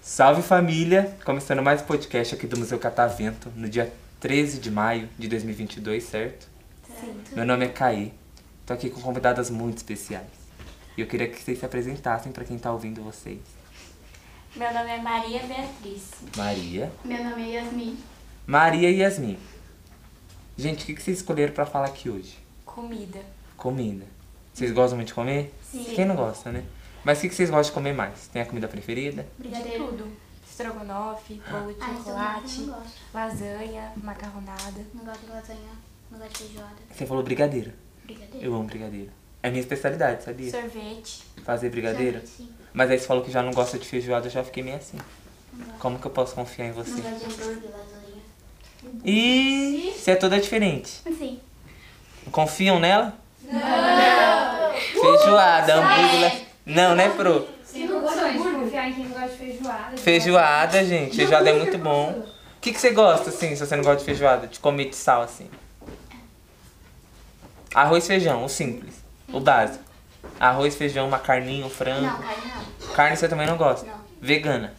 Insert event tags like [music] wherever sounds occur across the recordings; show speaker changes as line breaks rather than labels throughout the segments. Salve família! Começando mais um podcast aqui do Museu Catavento, no dia 13 de maio de 2022, certo?
Sim.
Meu nome é Caí. Tô aqui com convidadas muito especiais. E eu queria que vocês se apresentassem pra quem tá ouvindo vocês.
Meu nome é Maria Beatriz.
Maria.
Meu nome é Yasmin.
Maria e Yasmin. Gente, o que que vocês escolheram pra falar aqui hoje?
Comida.
Comida. Vocês gostam muito de comer?
Sim.
Quem não gosta, né? Mas o que que vocês gostam de comer mais? Tem a comida preferida?
De
Brigadeiro.
tudo. Estrogonofe, bolo de
então
Ah,
chocolate,
estrogonofe eu não gosto.
lasanha, macarronada.
Não gosto de lasanha, não gosto de feijoada.
Você falou brigadeiro.
Brigadeiro.
Eu amo brigadeiro. É minha especialidade, sabia?
Sorvete.
Fazer brigadeiro?
Sorvete, sim.
Mas aí você falou que já não gosta de feijoada, eu já fiquei meio assim.
Não gosto.
Como que eu posso confiar em
Não
você?
gosto de hambúrguer, lasanha.
E você é toda diferente.
Sim.
Confiam nela? Não! Feijoada, hambúrguer. lá- Não, né, Pro?
Tem condições de confiar em quem não gosta de feijoada.
Feijoada, gente. Feijoada é muito bom. O que, que você gosta, assim, se você não gosta de feijoada? De comer de sal, assim? Arroz e feijão, o simples. O básico. Arroz, feijão, uma carninha, um frango.
Não, carne não.
Carne você também não gosta?
Não.
Vegana.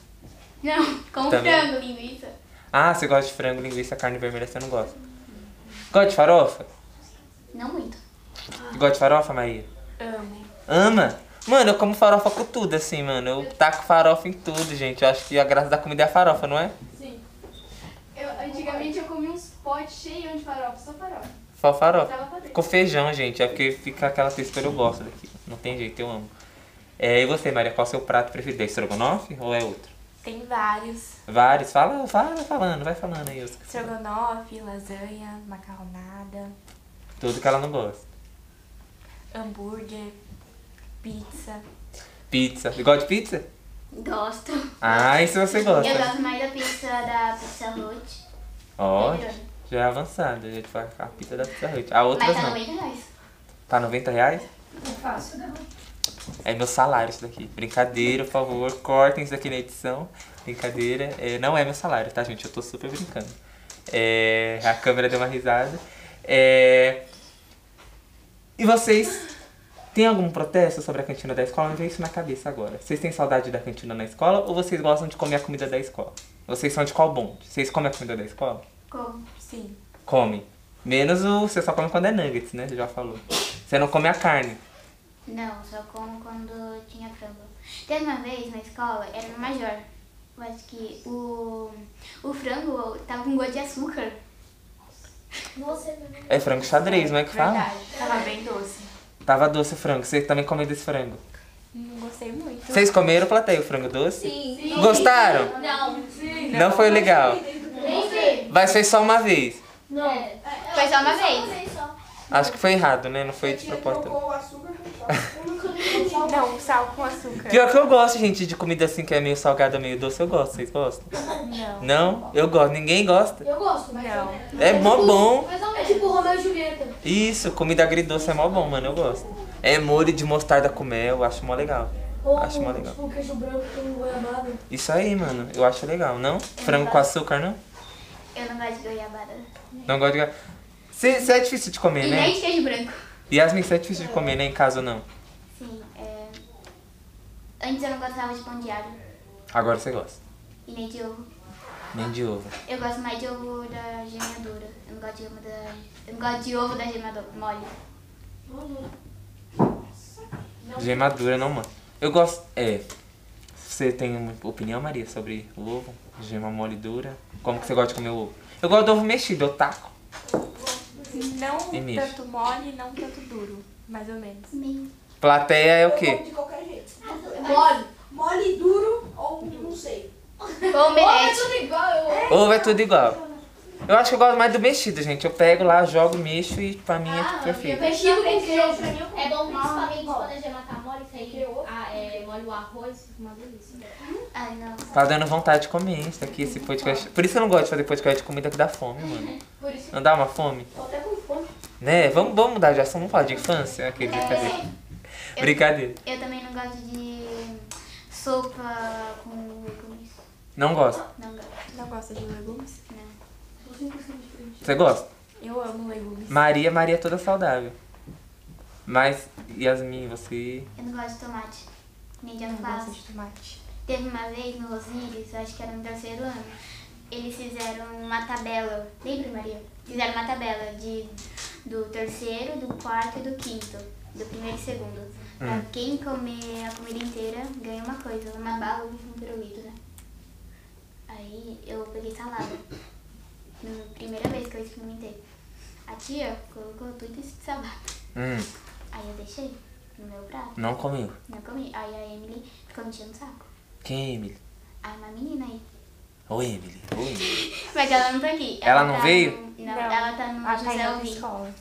Não, com
Também.
frango, linguiça.
Ah, você gosta de frango, linguiça, carne vermelha, você não gosta. Gosta de farofa?
Não muito.
Gosta de farofa, Maria?
Amo.
Ama? Mano, eu como farofa com tudo, assim, mano. Eu taco farofa em tudo, gente. Eu acho que a graça da comida é a farofa, não é?
Eu, antigamente eu comi uns potes cheios de farofa, só farofa.
Só farofa.
Tava podendo.
Com feijão, gente. É porque fica aquela textura eu gosto daqui. Não tem jeito, eu amo. É, e você, Maria, qual é o seu prato preferido? É estrogonofe ou é outro?
Tem vários.
Vários. Fala, fala falando, vai falando aí. Oscar.
Estrogonofe, lasanha, macarronada,
Tudo que ela não gosta.
hambúrguer, pizza.
Pizza. Gosta de pizza?
Gosto.
Ah, isso você
Eu
gosta.
gosto mais da pizza da Pizza Hut.
Ó,
Pepperoni.
já é avançada. Já te fala a pizza da Pizza Hut. A outra
Mas tá
não.
90 reais.
Tá 90 reais?
Não faço, não.
É meu salário isso daqui. Brincadeira, por favor, cortem isso daqui na edição. Brincadeira. É, não é meu salário, tá, gente? Eu tô super brincando. É, a câmera deu uma risada. É, E vocês? Tem algum protesto sobre a cantina da escola? Me veio isso na cabeça agora. Vocês têm saudade da cantina na escola ou vocês gostam de comer a comida da escola? Vocês são de qual bonde? Vocês comem a comida da escola?
Como?
Sim.
Come. Menos o. Você só come quando é nuggets, né? Você já falou. Você não come a carne.
Não, só como quando tinha frango. Teve uma vez na escola, era no Major. Eu acho que o, o frango tava com gosto de açúcar.
É frango xadrez, não é que fala?
Verdade. Tava bem doce.
Tava doce o frango. Vocês também comem desse frango.
Não gostei muito.
Vocês comeram, plateia, o frango doce? Sim. Gostaram?
Não,
Não, foi legal.
nem sei.
Mas foi só uma vez.
Foi só uma vez.
Acho que foi errado, né? Não foi de propósito.
o açúcar
Não, sal com açúcar.
Pior que eu gosto, gente, de comida assim que é meio salgada, meio doce. Eu gosto. Vocês gostam?
Não.
Não? Eu gosto. Ninguém gosta?
Eu gosto, mas
Não.
É mó bom.
Mas é tipo Romeu e Julieta.
Isso, comida agridoce é mó bom, mano. Eu gosto. É molho de mostarda com mel. Acho mó legal. Acho mó legal.
tipo queijo branco com goiabada.
Isso aí, mano. Eu acho legal, não? Frango com açúcar, não?
Eu não gosto de goiabada.
Não gosto de... Você você é difícil de comer,
E
né?
nem de queijo branco.
Yasmin, você é difícil de comer, né? Em casa ou não?
Sim, é... Antes eu não gostava de pão de alho
Agora você gosta.
e nem de ovo.
Nem de ovo.
Eu gosto mais de ovo da gema dura. Eu não gosto de ovo da... Eu não gosto de ovo da gema do- mole.
Gemadura não, mano. Eu gosto. É. Você tem uma opinião, Maria, sobre o ovo? Gema mole dura? Como que você gosta de comer o ovo? Eu gosto do ovo mexido, eu taco.
Não
E misto.
tanto mole, não tanto duro. Mais ou menos.
Meio.
Plateia é o quê?
de qualquer jeito.
Mole.
Mole e duro ou não sei.
Ou omelete.
tudo igual, eu...
Ovo é tudo igual. Eu acho que eu gosto mais do mexido, gente. Eu pego lá, jogo, mexo e pra mim é perfeito.
Mexido com queijo.
É bom principalmente quando a gema tá mole, que aí a, é, molha o arroz, fica uma delícia.
Ai, não.
Tá dando vontade de comer isso aqui, esse podcast. Por isso que eu não gosto de fazer podcast de comida que dá fome, mano.
Por isso,
Não dá uma fome?
tô até com fome.
Né? Vamos, vamos mudar de ação, vamos falar de infância? Aquele brincadeira.
É,
Brincadeira.
eu também não gosto de sopa com legumes.
Não gosto.
Não gosto.
Não gosta de legumes?
Não.
Você gosta?
Eu amo legumes.
Maria, Maria é toda saudável. Mas, Yasmin, você.
Eu não gosto de tomate. Nem de
Eu não gosto
alface.
de tomate.
Teve uma vez no Rosíris, eu acho que era no terceiro ano, eles fizeram uma tabela, lembra Maria? Fizeram uma tabela de, do terceiro, do quarto e do quinto, do primeiro e segundo. Pra quem comer a comida inteira ganha uma coisa, uma bala ou um pirulito, né? Aí eu peguei salada. Na primeira vez que eu experimentei. A tia colocou tudo isso de salada.
Hum,
Aí eu deixei no meu prato,
não comigo.
não comi. Aí a Emily ficou me enchendo o saco.
Quem é Emily?
Aí uma menina aí.
Oi, Emily. Oi, Emily.
Mas ela não tá aqui.
Ela não
tá
veio?
no- não, ela tá no
ela tá
José
em outra
Alvim.
escola.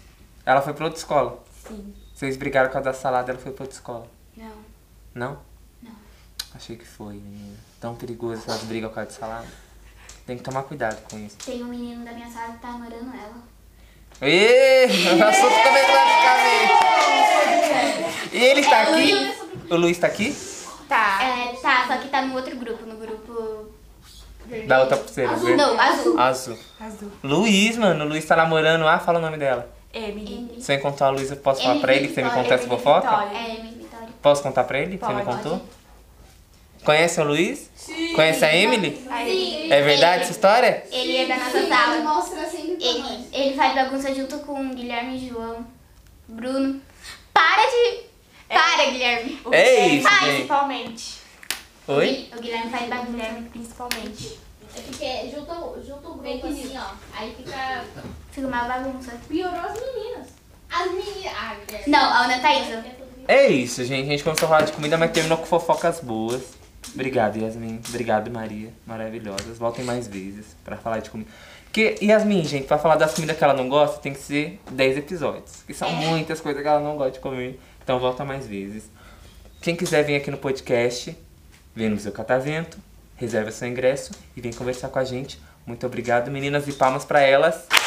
Ela foi pra outra escola.
Sim.
Vocês brigaram por causa da salada, ela foi pra outra escola.
Não.
Não?
Não.
Achei que foi, menina. Tão perigoso essas brigas por causa de salada. Tem que tomar cuidado com isso.
Tem um menino da minha sala que tá namorando ela.
Ê, [laughs] o assunto começou a ficar meio. E ele tá aqui? O Luiz tá aqui?
Tá.
É, tá, só que tá no outro grupo, no grupo.
Da outra pulseira,
Azul,
verde?
não, azul.
Azul.
É, Azul.
Luiz, mano, o Luiz tá namorando lá, fala o nome dela.
Emily.
Emily.
Se eu encontrar a Luiz, eu posso falar
Ele
pra ele que você me
É Vitória,
contou essa
Emily
fofoca?
Vitória.
É, Emily Vitória.
Posso contar pra ele que você me
Pode.
contou? Conhece o Luiz? Sim. Conhece a Emily?
Aí,
É verdade essa história?
Ele é da nossa
Ele
sala.
mostra sempre pra nós.
Ele, ele faz bagunça junto com o Guilherme e João. Bruno. Para de. Para, Guilherme.
o
É
Guilherme
isso, gente.
Principalmente.
Oi?
O Guilherme faz
O
bagunça.
Guilherme, principalmente.
É porque junta, o- junta o
Bem
grupo
que
assim, ó. Aí fica.
Fica uma bagunça.
Piorou as meninas.
As meninas. Ah, é.
Não, a Ana Thaísa.
É isso, gente. A gente começou a falar de comida, mas terminou com fofocas boas. Obrigado, Yasmin. Obrigado, Maria. Maravilhosas. Voltem mais vezes pra falar de comida. Porque Yasmin, gente, pra falar das comidas que ela não gosta, tem que ser 10 episódios. Que são muitas coisas que ela não gosta de comer. Então volta mais vezes. Quem quiser vir aqui no podcast, vem no seu catavento, reserva seu ingresso e vem conversar com a gente. Muito obrigado, meninas, e palmas pra elas.